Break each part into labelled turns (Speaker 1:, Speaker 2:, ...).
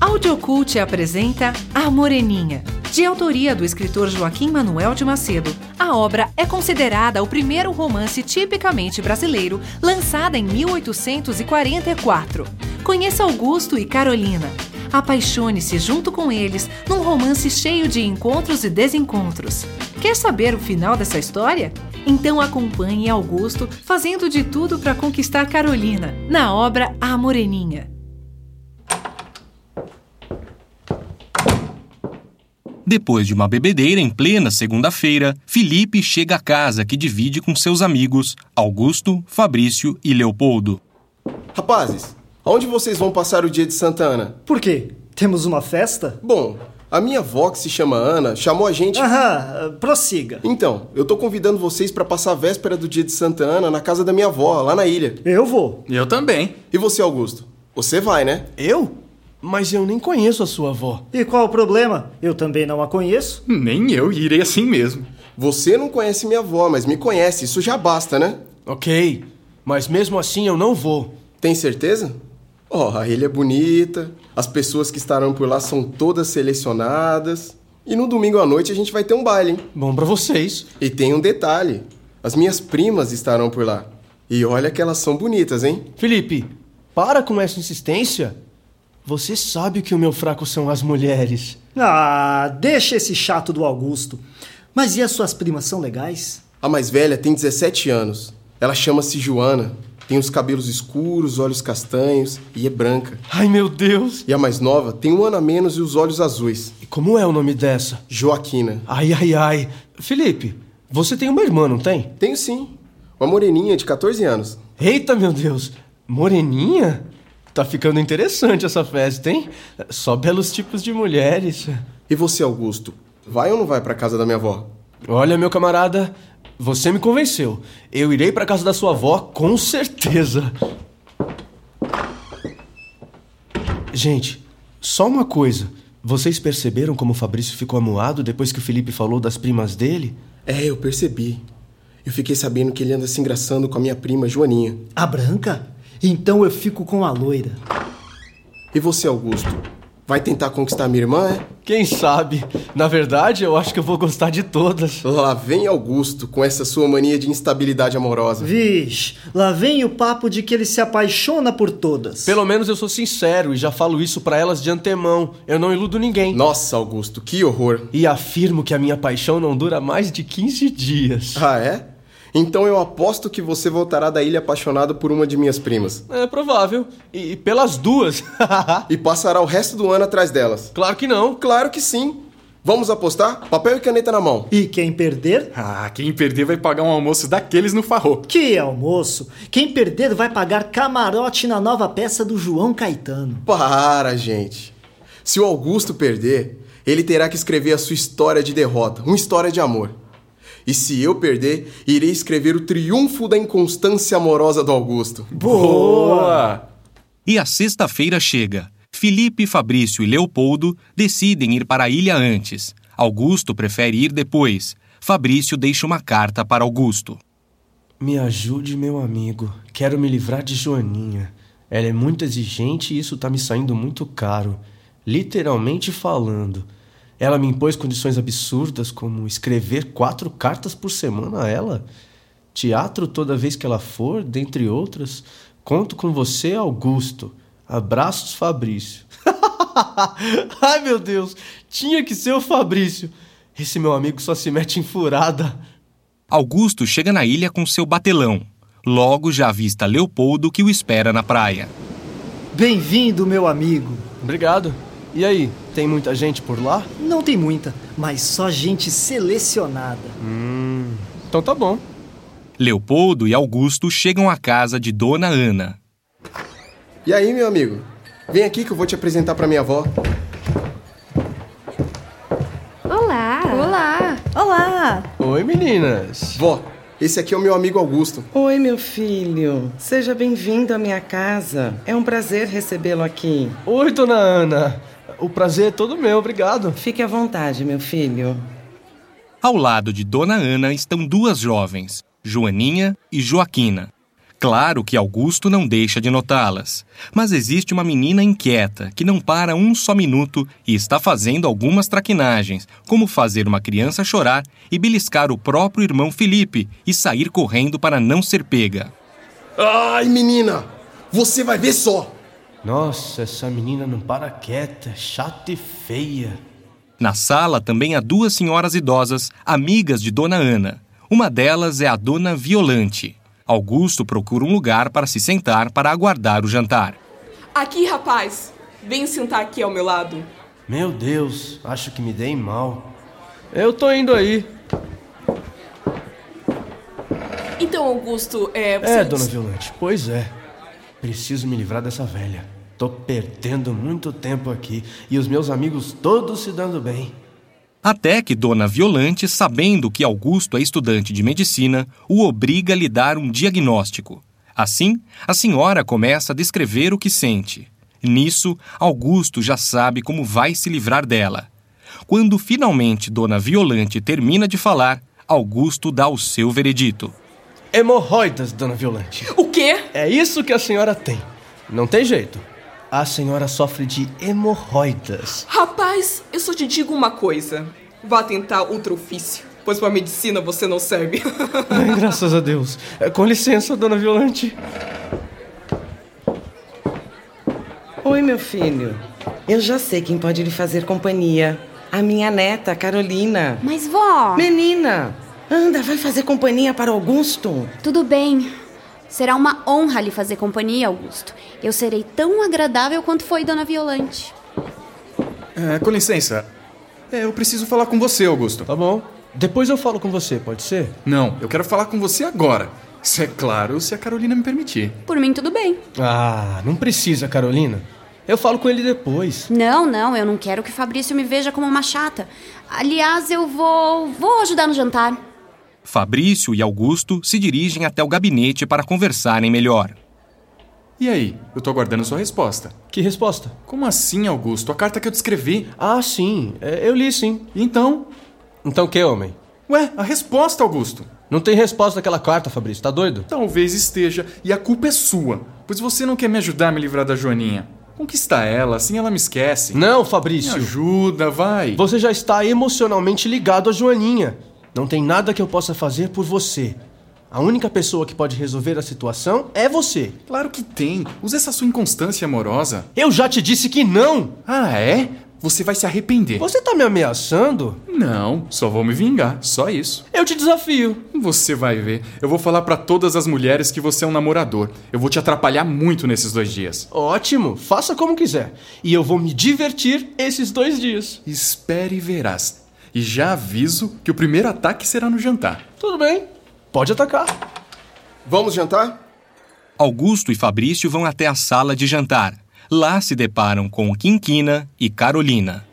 Speaker 1: Audiocult apresenta A Moreninha. De autoria do escritor Joaquim Manuel de Macedo, a obra é considerada o primeiro romance tipicamente brasileiro, lançada em 1844. Conheça Augusto e Carolina. Apaixone-se junto com eles num romance cheio de encontros e desencontros. Quer saber o final dessa história? Então acompanhe Augusto fazendo de tudo para conquistar Carolina, na obra A Moreninha.
Speaker 2: Depois de uma bebedeira em plena segunda-feira, Felipe chega à casa que divide com seus amigos Augusto, Fabrício e Leopoldo.
Speaker 3: Rapazes, aonde vocês vão passar o dia de Santa Ana?
Speaker 4: Por quê? Temos uma festa?
Speaker 3: Bom, a minha avó, que se chama Ana, chamou a gente.
Speaker 4: Aham, prossiga.
Speaker 3: Então, eu tô convidando vocês pra passar a véspera do dia de Santa Ana na casa da minha avó, lá na ilha.
Speaker 4: Eu vou.
Speaker 5: Eu também.
Speaker 3: E você, Augusto? Você vai, né?
Speaker 5: Eu?
Speaker 6: Mas eu nem conheço a sua avó.
Speaker 4: E qual o problema? Eu também não a conheço.
Speaker 5: Nem eu irei assim mesmo.
Speaker 3: Você não conhece minha avó, mas me conhece, isso já basta, né?
Speaker 6: Ok, mas mesmo assim eu não vou.
Speaker 3: Tem certeza? Ó, a ilha é bonita, as pessoas que estarão por lá são todas selecionadas. E no domingo à noite a gente vai ter um baile, hein?
Speaker 6: Bom pra vocês.
Speaker 3: E tem um detalhe: as minhas primas estarão por lá. E olha que elas são bonitas, hein?
Speaker 6: Felipe, para com essa insistência. Você sabe que o meu fraco são as mulheres.
Speaker 4: Ah, deixa esse chato do Augusto. Mas e as suas primas são legais?
Speaker 3: A mais velha tem 17 anos. Ela chama-se Joana. Tem os cabelos escuros, olhos castanhos e é branca.
Speaker 6: Ai meu Deus!
Speaker 3: E a mais nova tem um ano a menos e os olhos azuis.
Speaker 6: E como é o nome dessa?
Speaker 3: Joaquina.
Speaker 6: Ai, ai, ai. Felipe, você tem uma irmã, não tem?
Speaker 3: Tenho sim. Uma moreninha de 14 anos.
Speaker 6: Eita, meu Deus! Moreninha? Tá ficando interessante essa festa, hein? Só belos tipos de mulheres.
Speaker 3: E você, Augusto? Vai ou não vai pra casa da minha avó?
Speaker 6: Olha, meu camarada, você me convenceu. Eu irei pra casa da sua avó com certeza. Gente, só uma coisa. Vocês perceberam como o Fabrício ficou amuado depois que o Felipe falou das primas dele?
Speaker 3: É, eu percebi. Eu fiquei sabendo que ele anda se engraçando com a minha prima Joaninha.
Speaker 4: A branca? Então eu fico com a loira.
Speaker 3: E você, Augusto? Vai tentar conquistar minha irmã, é?
Speaker 6: Quem sabe? Na verdade, eu acho que eu vou gostar de todas.
Speaker 3: Lá vem Augusto com essa sua mania de instabilidade amorosa.
Speaker 4: Vixe, lá vem o papo de que ele se apaixona por todas.
Speaker 6: Pelo menos eu sou sincero e já falo isso pra elas de antemão. Eu não iludo ninguém.
Speaker 3: Nossa, Augusto, que horror.
Speaker 6: E afirmo que a minha paixão não dura mais de 15 dias.
Speaker 3: Ah, é? Então eu aposto que você voltará da ilha apaixonado por uma de minhas primas.
Speaker 6: É provável. E, e pelas duas.
Speaker 3: E passará o resto do ano atrás delas.
Speaker 6: claro que não.
Speaker 3: Claro que sim. Vamos apostar? Papel e caneta na mão.
Speaker 4: E quem perder?
Speaker 5: Ah, quem perder vai pagar um almoço daqueles no farro.
Speaker 4: Que almoço! Quem perder vai pagar camarote na nova peça do João Caetano.
Speaker 3: Para, gente. Se o Augusto perder, ele terá que escrever a sua história de derrota, uma história de amor. E se eu perder, irei escrever o triunfo da inconstância amorosa do Augusto.
Speaker 5: Boa!
Speaker 2: E a sexta-feira chega. Felipe, Fabrício e Leopoldo decidem ir para a ilha antes. Augusto prefere ir depois. Fabrício deixa uma carta para Augusto.
Speaker 6: Me ajude, meu amigo. Quero me livrar de Joaninha. Ela é muito exigente e isso tá me saindo muito caro. Literalmente falando. Ela me impôs condições absurdas, como escrever quatro cartas por semana a ela, teatro toda vez que ela for, dentre outras. Conto com você, Augusto. Abraços, Fabrício. Ai, meu Deus! Tinha que ser o Fabrício. Esse meu amigo só se mete em furada.
Speaker 2: Augusto chega na ilha com seu batelão. Logo já avista Leopoldo que o espera na praia.
Speaker 4: Bem-vindo, meu amigo.
Speaker 6: Obrigado. E aí, tem muita gente por lá?
Speaker 4: Não tem muita, mas só gente selecionada.
Speaker 6: Então tá bom.
Speaker 2: Leopoldo e Augusto chegam à casa de Dona Ana.
Speaker 3: E aí, meu amigo? Vem aqui que eu vou te apresentar pra minha avó.
Speaker 7: Olá! Olá!
Speaker 8: Olá!
Speaker 6: Oi, meninas.
Speaker 3: Vó, esse aqui é o meu amigo Augusto.
Speaker 8: Oi, meu filho. Seja bem-vindo à minha casa. É um prazer recebê-lo aqui.
Speaker 6: Oi, dona Ana. O prazer é todo meu, obrigado.
Speaker 8: Fique à vontade, meu filho.
Speaker 2: Ao lado de Dona Ana estão duas jovens, Joaninha e Joaquina. Claro que Augusto não deixa de notá-las, mas existe uma menina inquieta que não para um só minuto e está fazendo algumas traquinagens, como fazer uma criança chorar e beliscar o próprio irmão Felipe e sair correndo para não ser pega.
Speaker 3: Ai, menina! Você vai ver só!
Speaker 6: Nossa, essa menina não para quieta, é chata e feia.
Speaker 2: Na sala também há duas senhoras idosas, amigas de Dona Ana. Uma delas é a Dona Violante. Augusto procura um lugar para se sentar para aguardar o jantar.
Speaker 9: Aqui, rapaz! Vem sentar aqui ao meu lado.
Speaker 6: Meu Deus, acho que me dei mal. Eu tô indo aí.
Speaker 9: Então, Augusto, é. Você
Speaker 6: É, dona Violante, pois é. Preciso me livrar dessa velha. Tô perdendo muito tempo aqui e os meus amigos todos se dando bem.
Speaker 2: Até que Dona Violante, sabendo que Augusto é estudante de medicina, o obriga a lhe dar um diagnóstico. Assim, a senhora começa a descrever o que sente. Nisso, Augusto já sabe como vai se livrar dela. Quando finalmente Dona Violante termina de falar, Augusto dá o seu veredito.
Speaker 6: Hemorroidas, dona Violante.
Speaker 9: O quê?
Speaker 6: É isso que a senhora tem. Não tem jeito. A senhora sofre de hemorroidas.
Speaker 9: Rapaz, eu só te digo uma coisa. Vá tentar outro ofício, pois pra medicina você não serve.
Speaker 6: Ai, graças a Deus. É, Com licença, dona Violante.
Speaker 8: Oi, meu filho. Eu já sei quem pode lhe fazer companhia. A minha neta, Carolina.
Speaker 7: Mas
Speaker 10: Ah.
Speaker 7: vó,
Speaker 8: Menina, anda, vai fazer companhia para Augusto.
Speaker 7: tudo bem. Será uma honra lhe fazer companhia, Augusto. Eu serei tão agradável quanto foi Dona Violante.
Speaker 5: É, com licença. É, eu preciso falar com você, Augusto.
Speaker 6: Tá bom. Depois eu falo com você, pode ser?
Speaker 5: Não, eu quero falar com você agora. Isso é claro, se a Carolina me permitir.
Speaker 7: Por mim, tudo bem.
Speaker 6: Ah, não precisa, Carolina. Eu falo com ele depois.
Speaker 7: Não, não, eu não quero que Fabrício me veja como uma chata. Aliás, eu vou. vou ajudar no jantar.
Speaker 2: Fabrício e Augusto se dirigem até o gabinete para conversarem melhor.
Speaker 5: E aí? Eu tô aguardando sua resposta.
Speaker 6: Que resposta?
Speaker 5: Como assim, Augusto? A carta que eu descrevi.
Speaker 6: Ah, sim. É, eu li sim.
Speaker 5: Então,
Speaker 6: Então o que, homem?
Speaker 5: ué, a resposta, Augusto.
Speaker 6: Não tem resposta daquela carta, Fabrício. Tá doido?
Speaker 5: Talvez esteja, e a culpa é sua, pois você não quer me ajudar a me livrar da Joaninha. Conquista ela, assim ela me esquece.
Speaker 6: Não,
Speaker 5: Me
Speaker 6: Fabrício.
Speaker 5: ajuda, vai.
Speaker 6: Você já está emocionalmente ligado à Joaninha. Não tem nada que eu possa fazer por você. A única pessoa que pode resolver a situação é você.
Speaker 5: Claro que tem. Usa essa sua inconstância amorosa.
Speaker 6: Eu já te disse que não!
Speaker 5: Ah, é? Você vai se arrepender.
Speaker 6: Você tá me ameaçando?
Speaker 5: Não, só vou me vingar, só isso.
Speaker 6: Eu te desafio.
Speaker 5: Você vai ver. Eu vou falar pra todas as mulheres que você é um namorador. Eu vou te atrapalhar muito nesses dois dias.
Speaker 6: Ótimo, faça como quiser. E eu vou me divertir esses dois dias.
Speaker 5: Espere e verás. E já aviso que o primeiro ataque será no jantar.
Speaker 6: Tudo bem, pode atacar.
Speaker 3: Vamos jantar?
Speaker 2: Augusto e Fabrício vão até a sala de jantar. Lá se deparam com Quinquina e Carolina.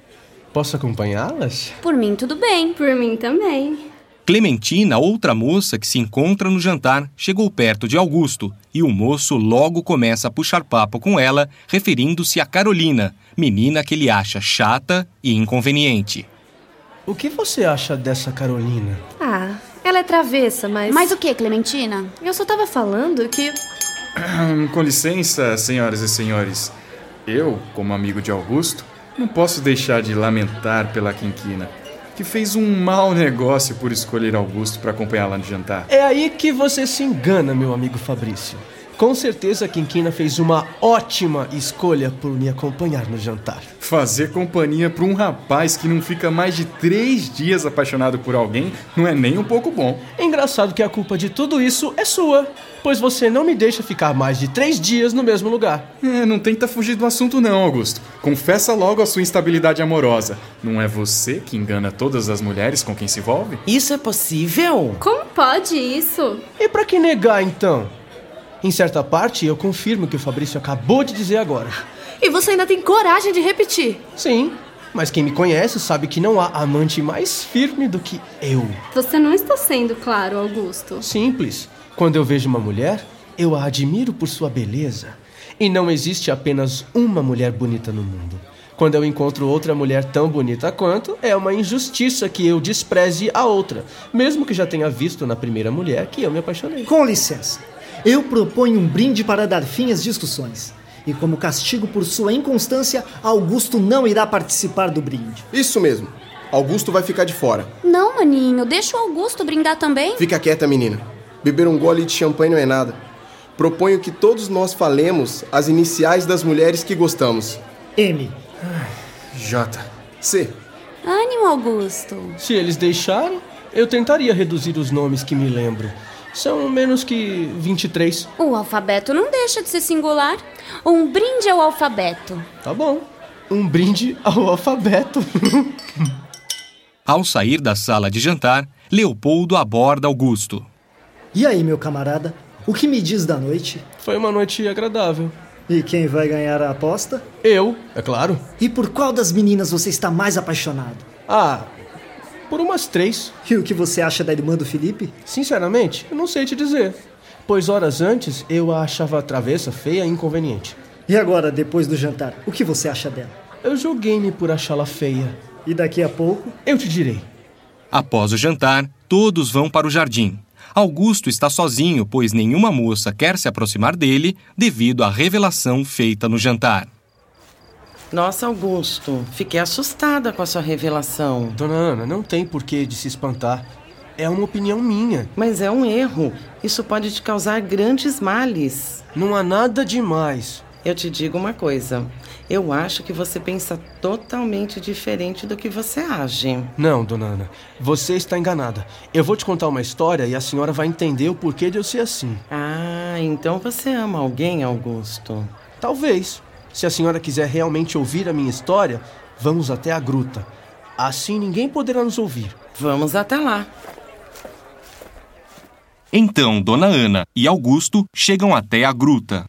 Speaker 6: Posso acompanhá-las?
Speaker 7: Por mim, tudo bem.
Speaker 11: Por mim também.
Speaker 2: Clementina, outra moça que se encontra no jantar, chegou perto de Augusto e o moço logo começa a puxar papo com ela, referindo-se a Carolina, menina que ele acha chata e inconveniente.
Speaker 6: O que você acha dessa Carolina?
Speaker 11: Ah, ela é travessa, mas.
Speaker 7: Mas o que, Clementina?
Speaker 11: eu só tava falando que.
Speaker 5: Hum, Com licença, senhoras e senhores. Eu, como amigo de Augusto, não posso deixar de lamentar pela Quinquina, que fez um mau negócio por escolher Augusto pra acompanhá-la no jantar.
Speaker 6: É aí que você se engana, meu amigo Fabrício. Com certeza a Quinquina fez uma ótima escolha por me acompanhar no jantar.
Speaker 5: Fazer companhia pra um rapaz que não fica mais de três dias apaixonado por alguém não é nem um pouco bom.
Speaker 6: É Engraçado que a culpa de tudo isso é sua, pois você não me deixa ficar mais de três dias no mesmo lugar.
Speaker 5: É, não tenta fugir do assunto não, Augusto. Confessa logo a sua instabilidade amorosa. Não é você que engana todas as mulheres com quem se envolve?
Speaker 8: Isso é possível?
Speaker 11: Como pode isso?
Speaker 6: E pra que negar então? Em certa parte, eu confirmo o que o Fabrício acabou de dizer agora.
Speaker 11: E você ainda tem coragem de repetir?
Speaker 6: Sim, mas quem me conhece sabe que não há amante mais firme do que eu.
Speaker 11: Você não está sendo claro, Augusto.
Speaker 6: Simples. Quando eu vejo uma mulher, eu a admiro por sua beleza. E não existe apenas uma mulher bonita no mundo. Quando eu encontro outra mulher tão bonita quanto, é uma injustiça que eu despreze a outra, mesmo que já tenha visto na primeira mulher que eu me apaixonei.
Speaker 4: Com licença. Eu proponho um brinde para dar fim às discussões. E como castigo por sua inconstância, Augusto não irá participar do brinde.
Speaker 3: Isso mesmo. Augusto vai ficar de fora.
Speaker 7: Não, maninho, deixa o Augusto brindar também.
Speaker 3: Fica quieta, menina. Beber um gole de champanhe não é nada. Proponho que todos nós falemos as iniciais das mulheres que gostamos.
Speaker 4: M.
Speaker 5: J.
Speaker 3: C.
Speaker 7: Ânimo, Augusto.
Speaker 6: Se eles deixarem, eu tentaria reduzir os nomes que me lembro. São menos que 23.
Speaker 7: O alfabeto não deixa de ser singular. Um brinde ao alfabeto.
Speaker 6: Tá bom. Um brinde ao alfabeto.
Speaker 2: Ao sair da sala de jantar, Leopoldo aborda Augusto.
Speaker 4: E aí, meu camarada, o que me diz da noite?
Speaker 6: Foi uma noite agradável.
Speaker 4: E quem vai ganhar a aposta?
Speaker 6: Eu, é claro.
Speaker 4: E por qual das meninas você está mais apaixonado?
Speaker 6: Ah, por umas três.
Speaker 4: E o que você acha da irmã do Felipe?
Speaker 6: Sinceramente, eu não sei te dizer. Pois horas antes eu a achava travessa, feia e inconveniente.
Speaker 4: E agora, depois do jantar, o que você acha dela?
Speaker 6: Eu julguei-me por achá-la feia.
Speaker 4: E daqui a pouco?
Speaker 6: Eu te direi.
Speaker 2: Após o jantar, todos vão para o jardim. Augusto está sozinho, pois nenhuma moça quer se aproximar dele devido à revelação feita no jantar.
Speaker 8: Nossa, Augusto, fiquei assustada com a sua revelação.
Speaker 6: Dona Ana, não tem porquê de se espantar. É uma opinião minha.
Speaker 8: Mas é um erro. Isso pode te causar grandes males.
Speaker 6: Não há nada demais.
Speaker 8: Eu te digo uma coisa. Eu acho que você pensa totalmente diferente do que você age.
Speaker 6: Não, dona Ana. Você está enganada. Eu vou te contar uma história e a senhora vai entender o porquê de eu ser assim.
Speaker 8: Ah, então você ama alguém, Augusto?
Speaker 6: Talvez. Se a senhora quiser realmente ouvir a minha história, vamos até a gruta. Assim ninguém poderá nos ouvir.
Speaker 8: Vamos até lá.
Speaker 2: Então, Dona Ana e Augusto chegam até a gruta.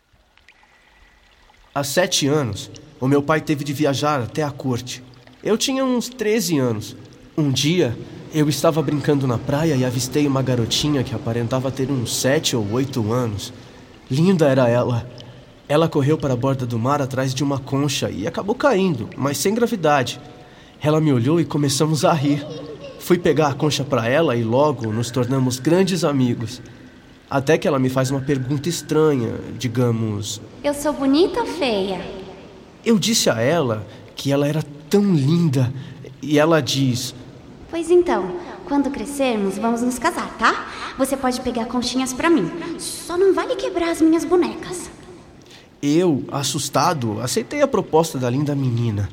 Speaker 6: Há sete anos, o meu pai teve de viajar até a corte. Eu tinha uns 13 anos. Um dia, eu estava brincando na praia e avistei uma garotinha que aparentava ter uns sete ou oito anos. Linda era ela. Ela correu para a borda do mar atrás de uma concha e acabou caindo, mas sem gravidade. Ela me olhou e começamos a rir. Fui pegar a concha para ela e logo nos tornamos grandes amigos. Até que ela me faz uma pergunta estranha, digamos.
Speaker 7: Eu sou bonita ou feia?
Speaker 6: Eu disse a ela que ela era tão linda e ela diz:
Speaker 7: Pois então, quando crescermos, vamos nos casar, tá? Você pode pegar conchinhas para mim. Só não vale quebrar as minhas bonecas.
Speaker 6: Eu, assustado, aceitei a proposta da linda menina.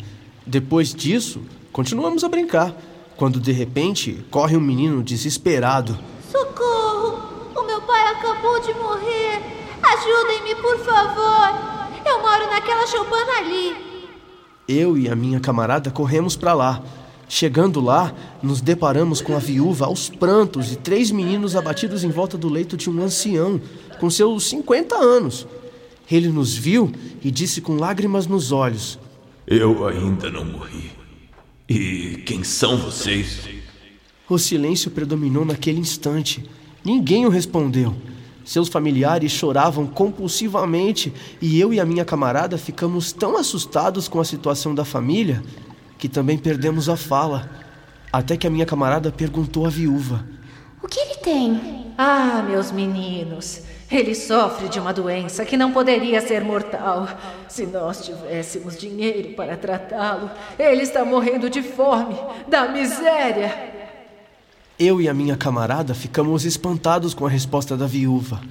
Speaker 6: Depois disso, continuamos a brincar, quando de repente corre um menino desesperado.
Speaker 12: Socorro! O meu pai acabou de morrer! Ajudem-me, por favor! Eu moro naquela choupana ali!
Speaker 6: Eu e a minha camarada corremos para lá. Chegando lá, nos deparamos com a viúva aos prantos e três meninos abatidos em volta do leito de um ancião, com seus 50 anos. Ele nos viu e disse com lágrimas nos olhos:
Speaker 13: Eu ainda não morri. E quem são vocês?
Speaker 6: O silêncio predominou naquele instante. Ninguém o respondeu. Seus familiares choravam compulsivamente e eu e a minha camarada ficamos tão assustados com a situação da família que também perdemos a fala. Até que a minha camarada perguntou à viúva:
Speaker 7: O que ele tem?
Speaker 14: Ah, meus meninos, ele sofre de uma doença que não poderia ser mortal. Se nós tivéssemos dinheiro para tratá-lo, ele está morrendo de fome, da miséria.
Speaker 6: Eu e a minha camarada ficamos espantados com a resposta da viúva.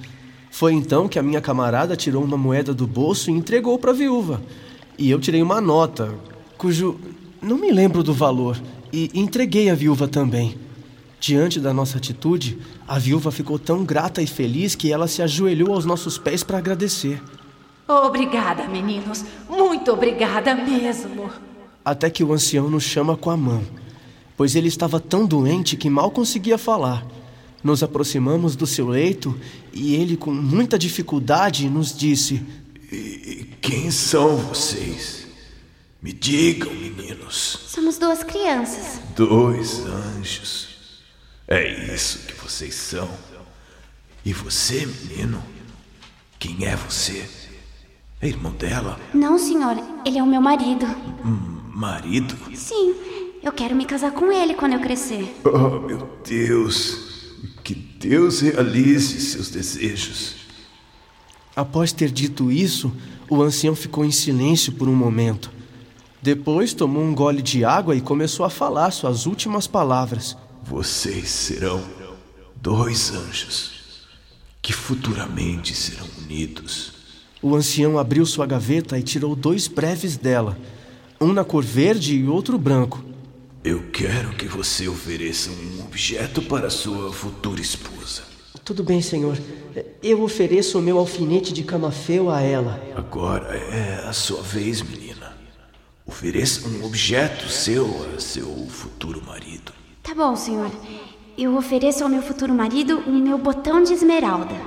Speaker 6: Foi então que a minha camarada tirou uma moeda do bolso e entregou para a viúva. E eu tirei uma nota, cujo não me lembro do valor, e entreguei à viúva também. Diante da nossa atitude, a viúva ficou tão grata e feliz que ela se ajoelhou aos nossos pés para agradecer.
Speaker 14: Obrigada, meninos. Muito obrigada mesmo.
Speaker 6: Até que o ancião nos chama com a mão, pois ele estava tão doente que mal conseguia falar. Nos aproximamos do seu leito e ele, com muita dificuldade, nos disse:
Speaker 13: e Quem são vocês? Me digam, meninos.
Speaker 7: Somos duas crianças.
Speaker 13: Dois anjos. É isso que vocês são. E você, menino? Quem é você? É irmão dela?
Speaker 7: Não, senhor. Ele é o meu marido.
Speaker 13: Hum, marido?
Speaker 7: Sim. Eu quero me casar com ele quando eu crescer.
Speaker 13: Oh, meu Deus! Que Deus realize seus desejos.
Speaker 6: Após ter dito isso, o ancião ficou em silêncio por um momento. Depois tomou um gole de água e começou a falar suas últimas palavras.
Speaker 13: Vocês serão dois anjos que futuramente serão unidos.
Speaker 6: O ancião abriu sua gaveta e tirou dois breves dela, um na cor verde e outro branco.
Speaker 13: Eu quero que você ofereça um objeto para sua futura esposa.
Speaker 6: Tudo bem, senhor. Eu ofereço o meu alfinete de camafeu a ela.
Speaker 13: Agora é a sua vez, menina. Ofereça um objeto seu a seu futuro marido.
Speaker 7: Tá bom, senhor. Eu ofereço ao meu futuro marido o meu botão de esmeralda.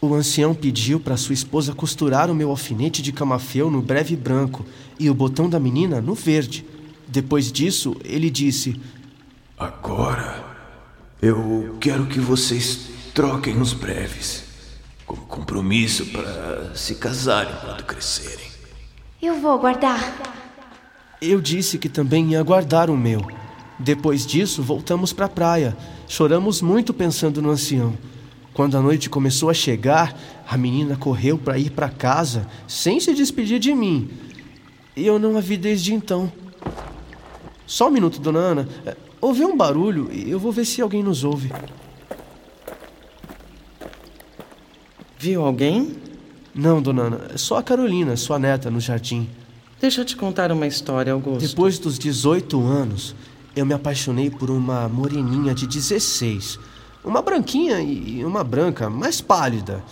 Speaker 6: O ancião pediu para sua esposa costurar o meu alfinete de camafeu no breve branco e o botão da menina no verde. Depois disso, ele disse:
Speaker 13: Agora, eu quero que vocês troquem os breves, como compromisso para se casarem quando crescerem.
Speaker 7: Eu vou guardar.
Speaker 6: Eu disse que também ia guardar o meu. Depois disso, voltamos para a praia. Choramos muito pensando no ancião. Quando a noite começou a chegar, a menina correu para ir para casa sem se despedir de mim. E eu não a vi desde então. Só um minuto, dona Ana. É, Ouvi um barulho e eu vou ver se alguém nos ouve.
Speaker 8: Viu alguém?
Speaker 6: Não, dona Ana. É Só a Carolina, sua neta, no jardim.
Speaker 8: Deixa eu te contar uma história, Augusto.
Speaker 6: Depois dos 18 anos, eu me apaixonei por uma moreninha de 16. Uma branquinha e uma branca, mais pálida.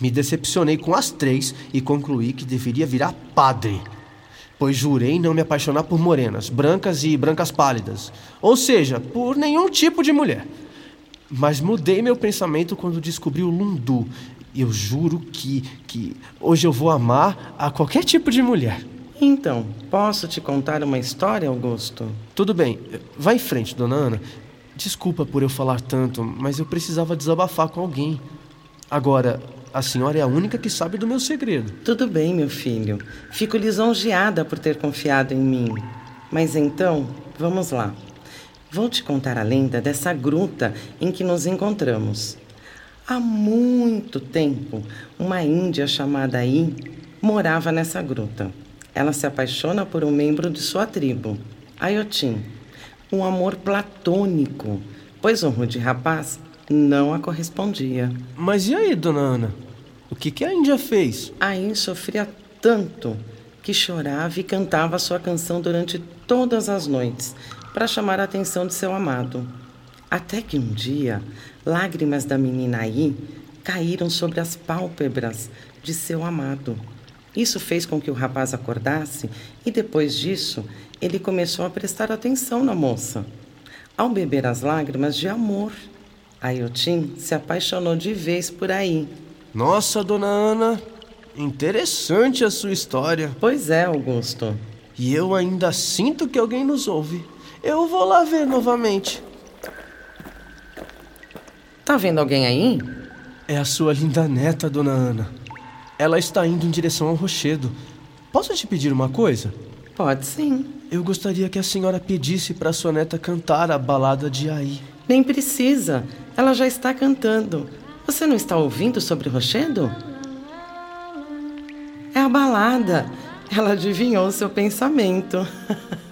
Speaker 6: Me decepcionei com as três e concluí que deveria virar padre. Pois jurei não me apaixonar por morenas, brancas e brancas pálidas. Ou seja, por nenhum tipo de mulher. Mas mudei meu pensamento quando descobri o Lundu. Eu juro que, que hoje eu vou amar a qualquer tipo de mulher.
Speaker 8: Então, posso te contar uma história, Augusto?
Speaker 6: Tudo bem, vá em frente, dona Ana. Desculpa por eu falar tanto, mas eu precisava desabafar com alguém. Agora, a senhora é a única que sabe do meu segredo.
Speaker 8: Tudo bem, meu filho. Fico lisonjeada por ter confiado em mim. Mas então, vamos lá. Vou te contar a lenda dessa gruta em que nos encontramos. Há muito tempo, uma índia chamada Ai morava nessa gruta. Ela se apaixona por um membro de sua tribo, Ayotin. Um amor platônico, pois o rude rapaz não a correspondia.
Speaker 6: Mas e aí, dona Ana? O que, que a Índia fez?
Speaker 8: Ain sofria tanto que chorava e cantava sua canção durante todas as noites para chamar a atenção de seu amado. Até que um dia, lágrimas da menina Ain caíram sobre as pálpebras de seu amado. Isso fez com que o rapaz acordasse e depois disso ele começou a prestar atenção na moça. Ao beber as lágrimas de amor, Ayotin se apaixonou de vez por aí.
Speaker 6: Nossa, dona Ana, interessante a sua história.
Speaker 8: Pois é, Augusto.
Speaker 6: E eu ainda sinto que alguém nos ouve. Eu vou lá ver novamente.
Speaker 8: Tá vendo alguém aí?
Speaker 6: É a sua linda neta, dona Ana. Ela está indo em direção ao rochedo. Posso te pedir uma coisa?
Speaker 8: Pode sim.
Speaker 6: Eu gostaria que a senhora pedisse para sua neta cantar a balada de Aí.
Speaker 8: Nem precisa. Ela já está cantando. Você não está ouvindo sobre o rochedo? É a balada. Ela adivinhou seu pensamento.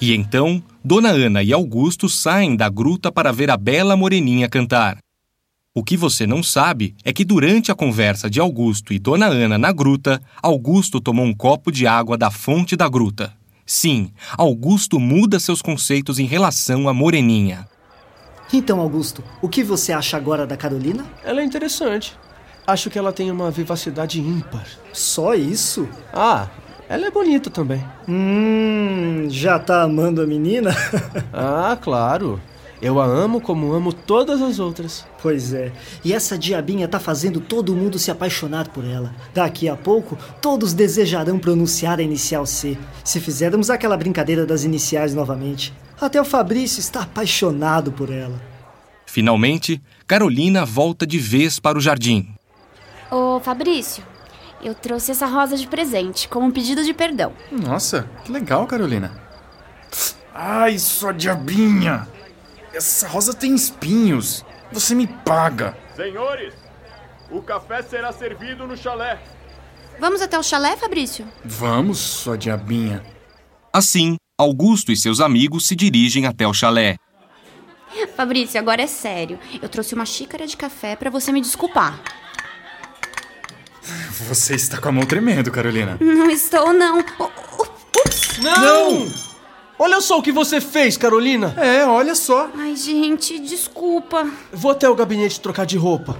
Speaker 2: E então, Dona Ana e Augusto saem da gruta para ver a bela moreninha cantar. O que você não sabe é que durante a conversa de Augusto e Dona Ana na gruta, Augusto tomou um copo de água da fonte da gruta. Sim, Augusto muda seus conceitos em relação à moreninha.
Speaker 4: Então, Augusto, o que você acha agora da Carolina?
Speaker 6: Ela é interessante. Acho que ela tem uma vivacidade ímpar.
Speaker 4: Só isso?
Speaker 6: Ah, ela é bonita também.
Speaker 4: Hum, já tá amando a menina?
Speaker 6: ah, claro. Eu a amo como amo todas as outras.
Speaker 4: Pois é. E essa diabinha tá fazendo todo mundo se apaixonar por ela. Daqui a pouco, todos desejarão pronunciar a inicial C. Se fizermos aquela brincadeira das iniciais novamente. Até o Fabrício está apaixonado por ela.
Speaker 2: Finalmente, Carolina volta de vez para o jardim.
Speaker 7: Ô, Fabrício, eu trouxe essa rosa de presente, como um pedido de perdão.
Speaker 5: Nossa, que legal, Carolina. Ai, sua diabinha! Essa rosa tem espinhos. Você me paga.
Speaker 15: Senhores, o café será servido no chalé.
Speaker 10: Vamos até o chalé, Fabrício?
Speaker 5: Vamos, sua diabinha.
Speaker 2: Assim, Augusto e seus amigos se dirigem até o chalé.
Speaker 10: Fabrício, agora é sério. Eu trouxe uma xícara de café pra você me desculpar.
Speaker 5: Você está com a mão tremendo, Carolina.
Speaker 10: Não estou, não. O- o- Ups!
Speaker 6: Não! Olha só o que você fez, Carolina!
Speaker 5: É, olha só.
Speaker 10: Ai, gente, desculpa.
Speaker 6: Vou até o gabinete trocar de roupa.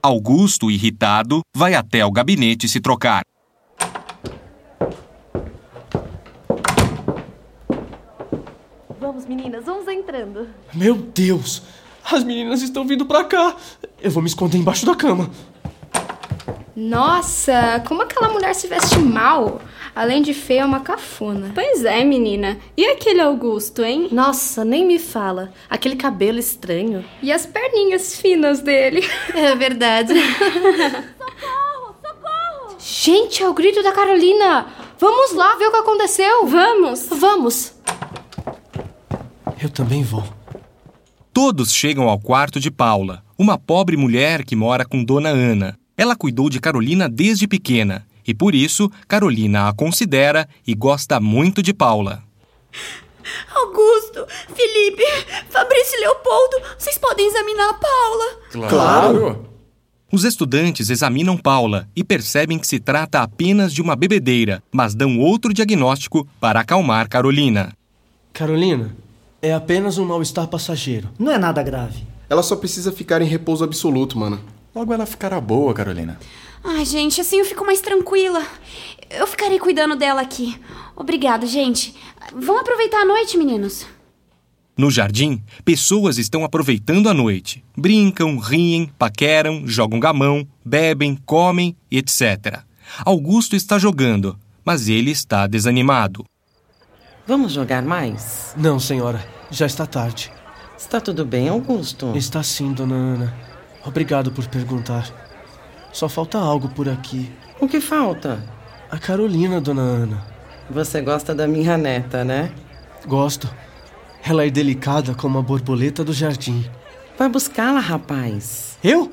Speaker 2: Augusto, irritado, vai até o gabinete se trocar.
Speaker 11: Vamos, meninas, vamos entrando.
Speaker 6: Meu Deus! As meninas estão vindo pra cá! Eu vou me esconder embaixo da cama.
Speaker 16: Nossa, como aquela mulher se veste mal? Além de feia, é uma cafona.
Speaker 11: Pois é, menina. E aquele Augusto, hein? Nossa, nem me fala. Aquele cabelo estranho.
Speaker 16: E as perninhas finas dele.
Speaker 10: É verdade.
Speaker 16: Gente, é o grito da Carolina! Vamos lá ver o que aconteceu! Vamos! Vamos!
Speaker 6: Eu também vou.
Speaker 2: Todos chegam ao quarto de Paula, uma pobre mulher que mora com Dona Ana. Ela cuidou de Carolina desde pequena e por isso Carolina a considera e gosta muito de Paula.
Speaker 17: Augusto, Felipe, Fabrício e Leopoldo, vocês podem examinar a Paula.
Speaker 2: Os estudantes examinam Paula e percebem que se trata apenas de uma bebedeira, mas dão outro diagnóstico para acalmar Carolina.
Speaker 6: Carolina, é apenas um mal-estar passageiro.
Speaker 3: Não é nada grave. Ela só precisa ficar em repouso absoluto, mano.
Speaker 5: Logo ela ficará boa, Carolina.
Speaker 10: Ai, gente, assim eu fico mais tranquila. Eu ficarei cuidando dela aqui. Obrigada, gente. Vão aproveitar a noite, meninos.
Speaker 2: No jardim, pessoas estão aproveitando a noite. Brincam, riem, paqueram, jogam gamão, bebem, comem, etc. Augusto está jogando, mas ele está desanimado.
Speaker 8: Vamos jogar mais?
Speaker 6: Não, senhora. Já está tarde.
Speaker 8: Está tudo bem, Augusto?
Speaker 6: Está sim, dona Ana. Obrigado por perguntar. Só falta algo por aqui.
Speaker 8: O que falta?
Speaker 6: A Carolina, dona Ana.
Speaker 8: Você gosta da minha neta, né?
Speaker 6: Gosto. Ela é delicada como a borboleta do jardim.
Speaker 8: Vai buscá-la, rapaz.
Speaker 6: Eu?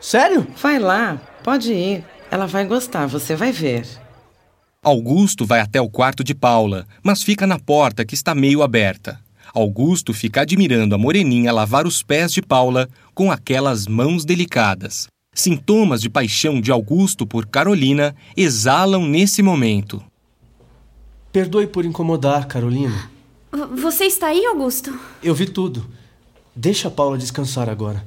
Speaker 6: Sério?
Speaker 8: Vai lá, pode ir. Ela vai gostar, você vai ver.
Speaker 2: Augusto vai até o quarto de Paula, mas fica na porta que está meio aberta. Augusto fica admirando a moreninha lavar os pés de Paula com aquelas mãos delicadas. Sintomas de paixão de Augusto por Carolina exalam nesse momento.
Speaker 6: Perdoe por incomodar, Carolina.
Speaker 10: V- Você está aí, Augusto?
Speaker 6: Eu vi tudo. Deixa a Paula descansar agora.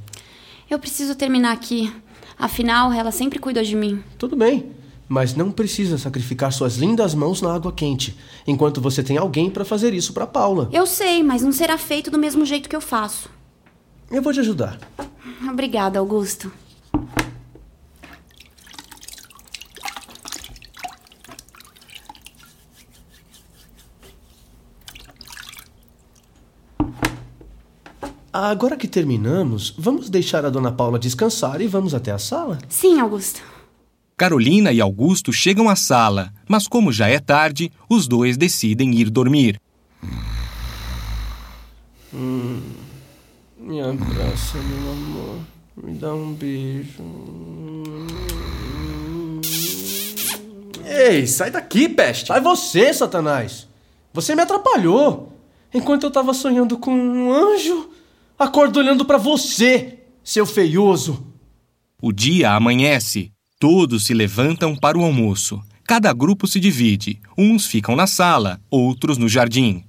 Speaker 10: Eu preciso terminar aqui. Afinal, ela sempre cuidou de mim.
Speaker 6: Tudo bem, mas não precisa sacrificar suas lindas mãos na água quente, enquanto você tem alguém para fazer isso para Paula.
Speaker 10: Eu sei, mas não será feito do mesmo jeito que eu faço.
Speaker 6: Eu vou te ajudar.
Speaker 10: Obrigada, Augusto.
Speaker 6: Agora que terminamos, vamos deixar a dona Paula descansar e vamos até a sala?
Speaker 10: Sim, Augusto.
Speaker 2: Carolina e Augusto chegam à sala, mas como já é tarde, os dois decidem ir dormir.
Speaker 6: Hum. Me abraça, meu amor. Me dá um beijo.
Speaker 5: Ei, sai daqui, peste!
Speaker 6: Sai você, Satanás! Você me atrapalhou! Enquanto eu tava sonhando com um anjo, acordo olhando pra você, seu feioso!
Speaker 2: O dia amanhece. Todos se levantam para o almoço. Cada grupo se divide. Uns ficam na sala, outros no jardim.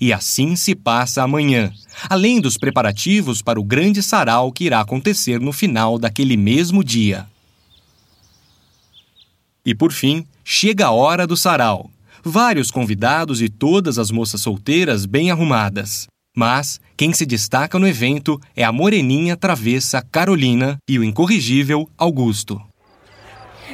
Speaker 2: E assim se passa a manhã, além dos preparativos para o grande sarau que irá acontecer no final daquele mesmo dia. E por fim, chega a hora do sarau. Vários convidados e todas as moças solteiras bem arrumadas. Mas quem se destaca no evento é a moreninha travessa Carolina e o incorrigível Augusto.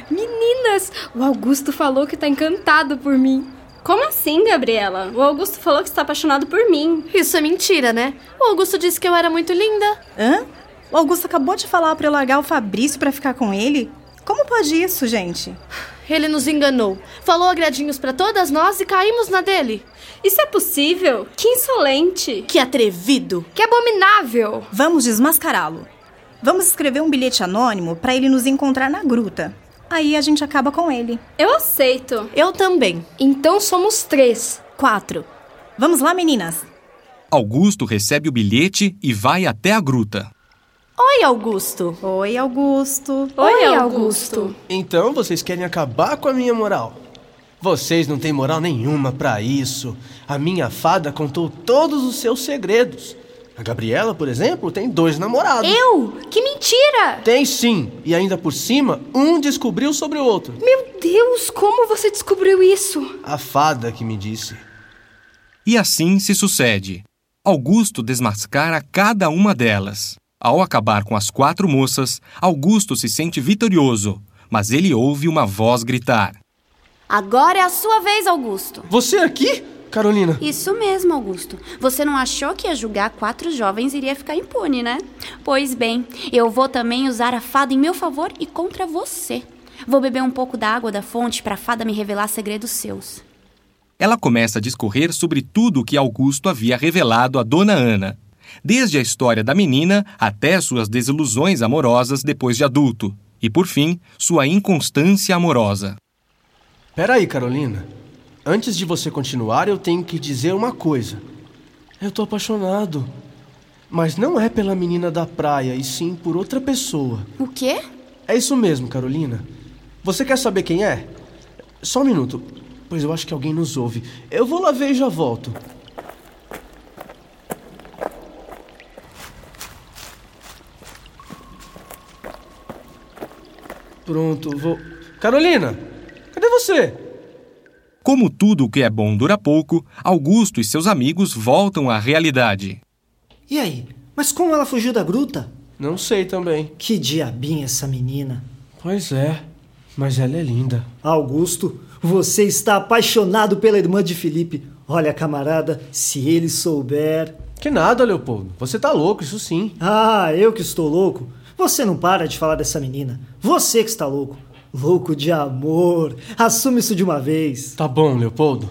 Speaker 16: Meninas, o Augusto falou que tá encantado por mim.
Speaker 11: Como assim, Gabriela? O Augusto falou que está apaixonado por mim. Isso é mentira, né? O Augusto disse que eu era muito linda.
Speaker 18: Hã? O Augusto acabou de falar pra eu largar o Fabrício pra ficar com ele? Como pode isso, gente?
Speaker 16: Ele nos enganou. Falou agradinhos pra todas nós e caímos na dele. Isso é possível? Que insolente!
Speaker 18: Que atrevido!
Speaker 16: Que abominável!
Speaker 18: Vamos desmascará-lo.
Speaker 19: Vamos escrever um bilhete anônimo para ele nos encontrar na gruta. Aí a gente acaba com ele.
Speaker 11: Eu aceito.
Speaker 18: Eu também.
Speaker 16: Então somos três.
Speaker 18: Quatro.
Speaker 19: Vamos lá, meninas.
Speaker 2: Augusto recebe o bilhete e vai até a gruta.
Speaker 18: Oi, Augusto.
Speaker 19: Oi, Augusto.
Speaker 11: Oi, Augusto.
Speaker 6: Então vocês querem acabar com a minha moral? Vocês não têm moral nenhuma pra isso. A minha fada contou todos os seus segredos. A Gabriela, por exemplo, tem dois namorados.
Speaker 11: Eu? Que mentira!
Speaker 6: Tem sim. E ainda por cima, um descobriu sobre o outro.
Speaker 11: Meu Deus, como você descobriu isso?
Speaker 6: A fada que me disse.
Speaker 2: E assim se sucede. Augusto desmascara cada uma delas. Ao acabar com as quatro moças, Augusto se sente vitorioso, mas ele ouve uma voz gritar:
Speaker 10: Agora é a sua vez, Augusto.
Speaker 6: Você aqui? Carolina.
Speaker 10: Isso mesmo, Augusto. Você não achou que ia julgar quatro jovens iria ficar impune, né? Pois bem, eu vou também usar a fada em meu favor e contra você. Vou beber um pouco da água da fonte para a fada me revelar segredos seus.
Speaker 2: Ela começa a discorrer sobre tudo o que Augusto havia revelado a Dona Ana, desde a história da menina até suas desilusões amorosas depois de adulto e, por fim, sua inconstância amorosa.
Speaker 6: Peraí, Carolina. Antes de você continuar, eu tenho que dizer uma coisa. Eu tô apaixonado. Mas não é pela menina da praia, e sim por outra pessoa.
Speaker 10: O quê?
Speaker 6: É isso mesmo, Carolina. Você quer saber quem é? Só um minuto, pois eu acho que alguém nos ouve. Eu vou lá ver e já volto. Pronto, vou. Carolina! Cadê você?
Speaker 2: Como tudo o que é bom dura pouco, Augusto e seus amigos voltam à realidade.
Speaker 4: E aí? Mas como ela fugiu da gruta?
Speaker 6: Não sei também.
Speaker 4: Que diabinha essa menina.
Speaker 6: Pois é, mas ela é linda.
Speaker 4: Augusto, você está apaixonado pela irmã de Felipe. Olha, camarada, se ele souber.
Speaker 6: Que nada, Leopoldo. Você tá louco, isso sim.
Speaker 4: Ah, eu que estou louco. Você não para de falar dessa menina. Você que está louco. Louco de amor. Assume isso de uma vez.
Speaker 6: Tá bom, Leopoldo.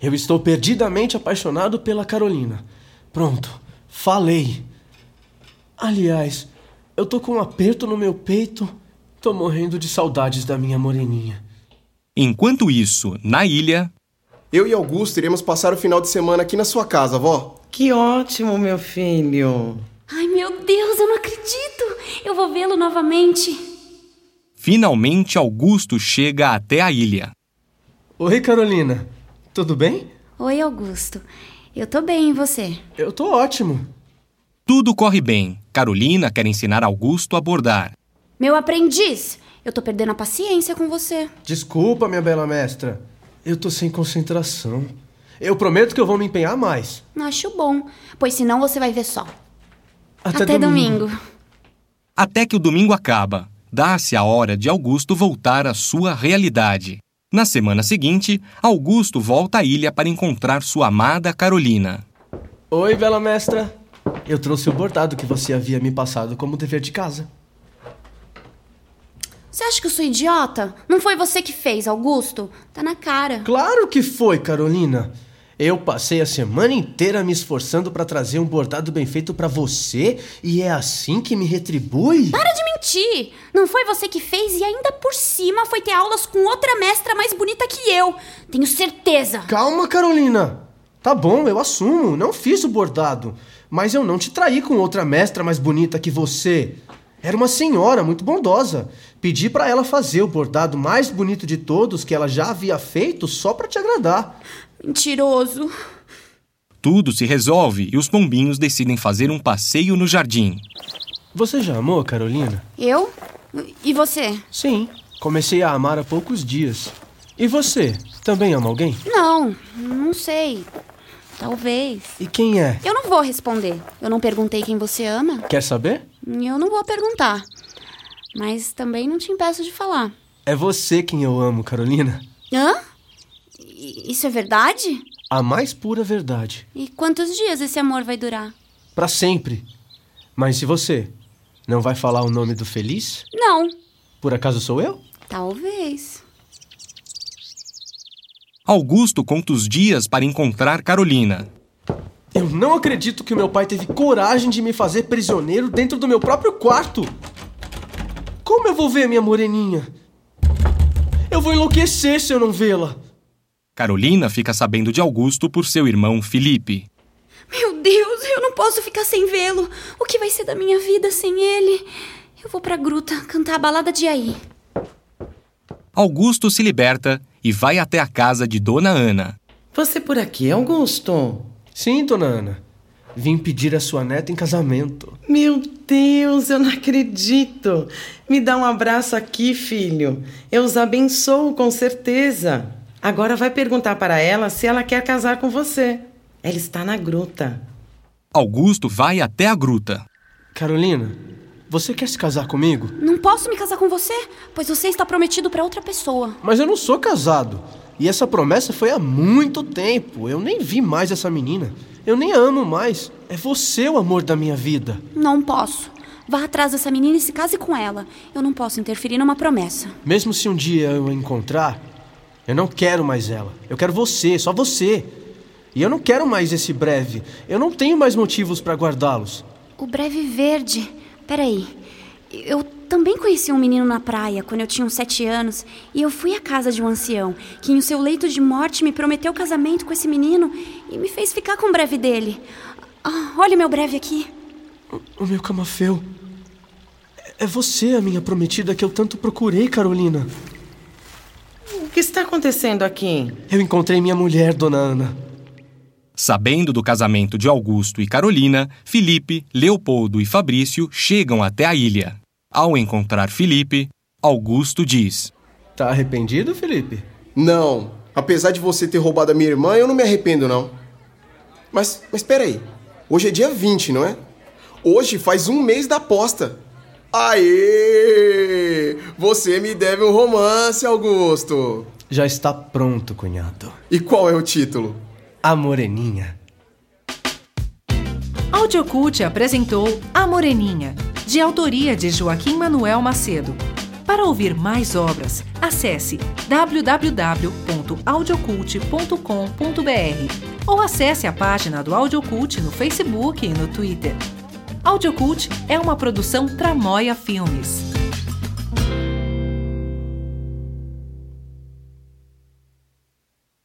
Speaker 6: Eu estou perdidamente apaixonado pela Carolina. Pronto, falei. Aliás, eu tô com um aperto no meu peito. Tô morrendo de saudades da minha moreninha.
Speaker 2: Enquanto isso, na ilha.
Speaker 3: Eu e Augusto iremos passar o final de semana aqui na sua casa, vó.
Speaker 8: Que ótimo, meu filho.
Speaker 10: Ai, meu Deus, eu não acredito! Eu vou vê-lo novamente.
Speaker 2: Finalmente, Augusto chega até a ilha.
Speaker 6: Oi, Carolina. Tudo bem?
Speaker 10: Oi, Augusto. Eu tô bem, e você?
Speaker 6: Eu tô ótimo.
Speaker 2: Tudo corre bem. Carolina quer ensinar Augusto a bordar.
Speaker 10: Meu aprendiz, eu tô perdendo a paciência com você.
Speaker 6: Desculpa, minha bela mestra. Eu tô sem concentração. Eu prometo que eu vou me empenhar mais.
Speaker 10: Acho bom, pois senão você vai ver só. Até, Até domingo. domingo.
Speaker 2: Até que o domingo acaba. Dá-se a hora de Augusto voltar à sua realidade. Na semana seguinte, Augusto volta à ilha para encontrar sua amada Carolina.
Speaker 6: Oi, bela mestra. Eu trouxe o bordado que você havia me passado como dever de casa.
Speaker 10: Você acha que eu sou idiota? Não foi você que fez, Augusto? Tá na cara.
Speaker 6: Claro que foi, Carolina. Eu passei a semana inteira me esforçando para trazer um bordado bem feito para você e é assim que me retribui?
Speaker 10: Para de mentir! Não foi você que fez e ainda por cima foi ter aulas com outra mestra mais bonita que eu. Tenho certeza.
Speaker 6: Calma, Carolina. Tá bom, eu assumo, não fiz o bordado, mas eu não te traí com outra mestra mais bonita que você. Era uma senhora muito bondosa. Pedi para ela fazer o bordado mais bonito de todos que ela já havia feito só para te agradar.
Speaker 10: Mentiroso.
Speaker 2: Tudo se resolve e os pombinhos decidem fazer um passeio no jardim.
Speaker 6: Você já amou, Carolina?
Speaker 10: Eu? E você?
Speaker 6: Sim, comecei a amar há poucos dias. E você? Também ama alguém?
Speaker 10: Não, não sei. Talvez.
Speaker 6: E quem é?
Speaker 10: Eu não vou responder. Eu não perguntei quem você ama.
Speaker 6: Quer saber?
Speaker 10: Eu não vou perguntar. Mas também não te impeço de falar.
Speaker 6: É você quem eu amo, Carolina.
Speaker 10: Hã? Isso é verdade?
Speaker 6: A mais pura verdade.
Speaker 10: E quantos dias esse amor vai durar?
Speaker 6: Para sempre. Mas se você não vai falar o nome do feliz?
Speaker 10: Não.
Speaker 6: Por acaso sou eu?
Speaker 10: Talvez.
Speaker 2: Augusto conta os dias para encontrar Carolina.
Speaker 6: Eu não acredito que o meu pai teve coragem de me fazer prisioneiro dentro do meu próprio quarto. Como eu vou ver minha moreninha? Eu vou enlouquecer se eu não vê-la.
Speaker 2: Carolina fica sabendo de Augusto por seu irmão Felipe.
Speaker 17: Meu Deus, eu não posso ficar sem vê-lo.
Speaker 10: O que vai ser da minha vida sem ele? Eu vou pra gruta cantar a balada de aí.
Speaker 2: Augusto se liberta e vai até a casa de Dona Ana.
Speaker 8: Você por aqui, Augusto?
Speaker 6: Sim, dona Ana. Vim pedir a sua neta em casamento.
Speaker 8: Meu Deus, eu não acredito. Me dá um abraço aqui, filho. Eu os abençoo com certeza. Agora vai perguntar para ela se ela quer casar com você. Ela está na gruta.
Speaker 2: Augusto vai até a gruta.
Speaker 6: Carolina, você quer se casar comigo?
Speaker 10: Não posso me casar com você, pois você está prometido pra outra pessoa.
Speaker 6: Mas eu não sou casado. E essa promessa foi há muito tempo. Eu nem vi mais essa menina. Eu nem a amo mais. É você o amor da minha vida.
Speaker 10: Não posso. Vá atrás dessa menina e se case com ela. Eu não posso interferir numa promessa.
Speaker 6: Mesmo se um dia eu a encontrar, eu não quero mais ela. Eu quero você, só você. E eu não quero mais esse breve. Eu não tenho mais motivos para guardá-los.
Speaker 10: O breve verde. Peraí. Eu também conheci um menino na praia quando eu tinha uns sete anos e eu fui à casa de um ancião que, em seu leito de morte, me prometeu casamento com esse menino e me fez ficar com o breve dele. Ah, olha meu breve aqui.
Speaker 6: O meu camafeu. É você a minha prometida que eu tanto procurei, Carolina.
Speaker 8: O que está acontecendo aqui?
Speaker 6: Eu encontrei minha mulher, dona Ana.
Speaker 2: Sabendo do casamento de Augusto e Carolina, Felipe, Leopoldo e Fabrício chegam até a ilha. Ao encontrar Felipe, Augusto diz:
Speaker 6: Tá arrependido, Felipe?
Speaker 3: Não, apesar de você ter roubado a minha irmã, eu não me arrependo, não. Mas, mas peraí. Hoje é dia 20, não é? Hoje faz um mês da aposta. Aê! Você me deve um romance, Augusto.
Speaker 6: Já está pronto, cunhado.
Speaker 3: E qual é o título?
Speaker 6: A Moreninha.
Speaker 1: Audiocult apresentou A Moreninha, de autoria de Joaquim Manuel Macedo. Para ouvir mais obras, acesse www.audiocult.com.br ou acesse a página do Audiocult no Facebook e no Twitter. Audiocult é uma produção Tramóia Filmes.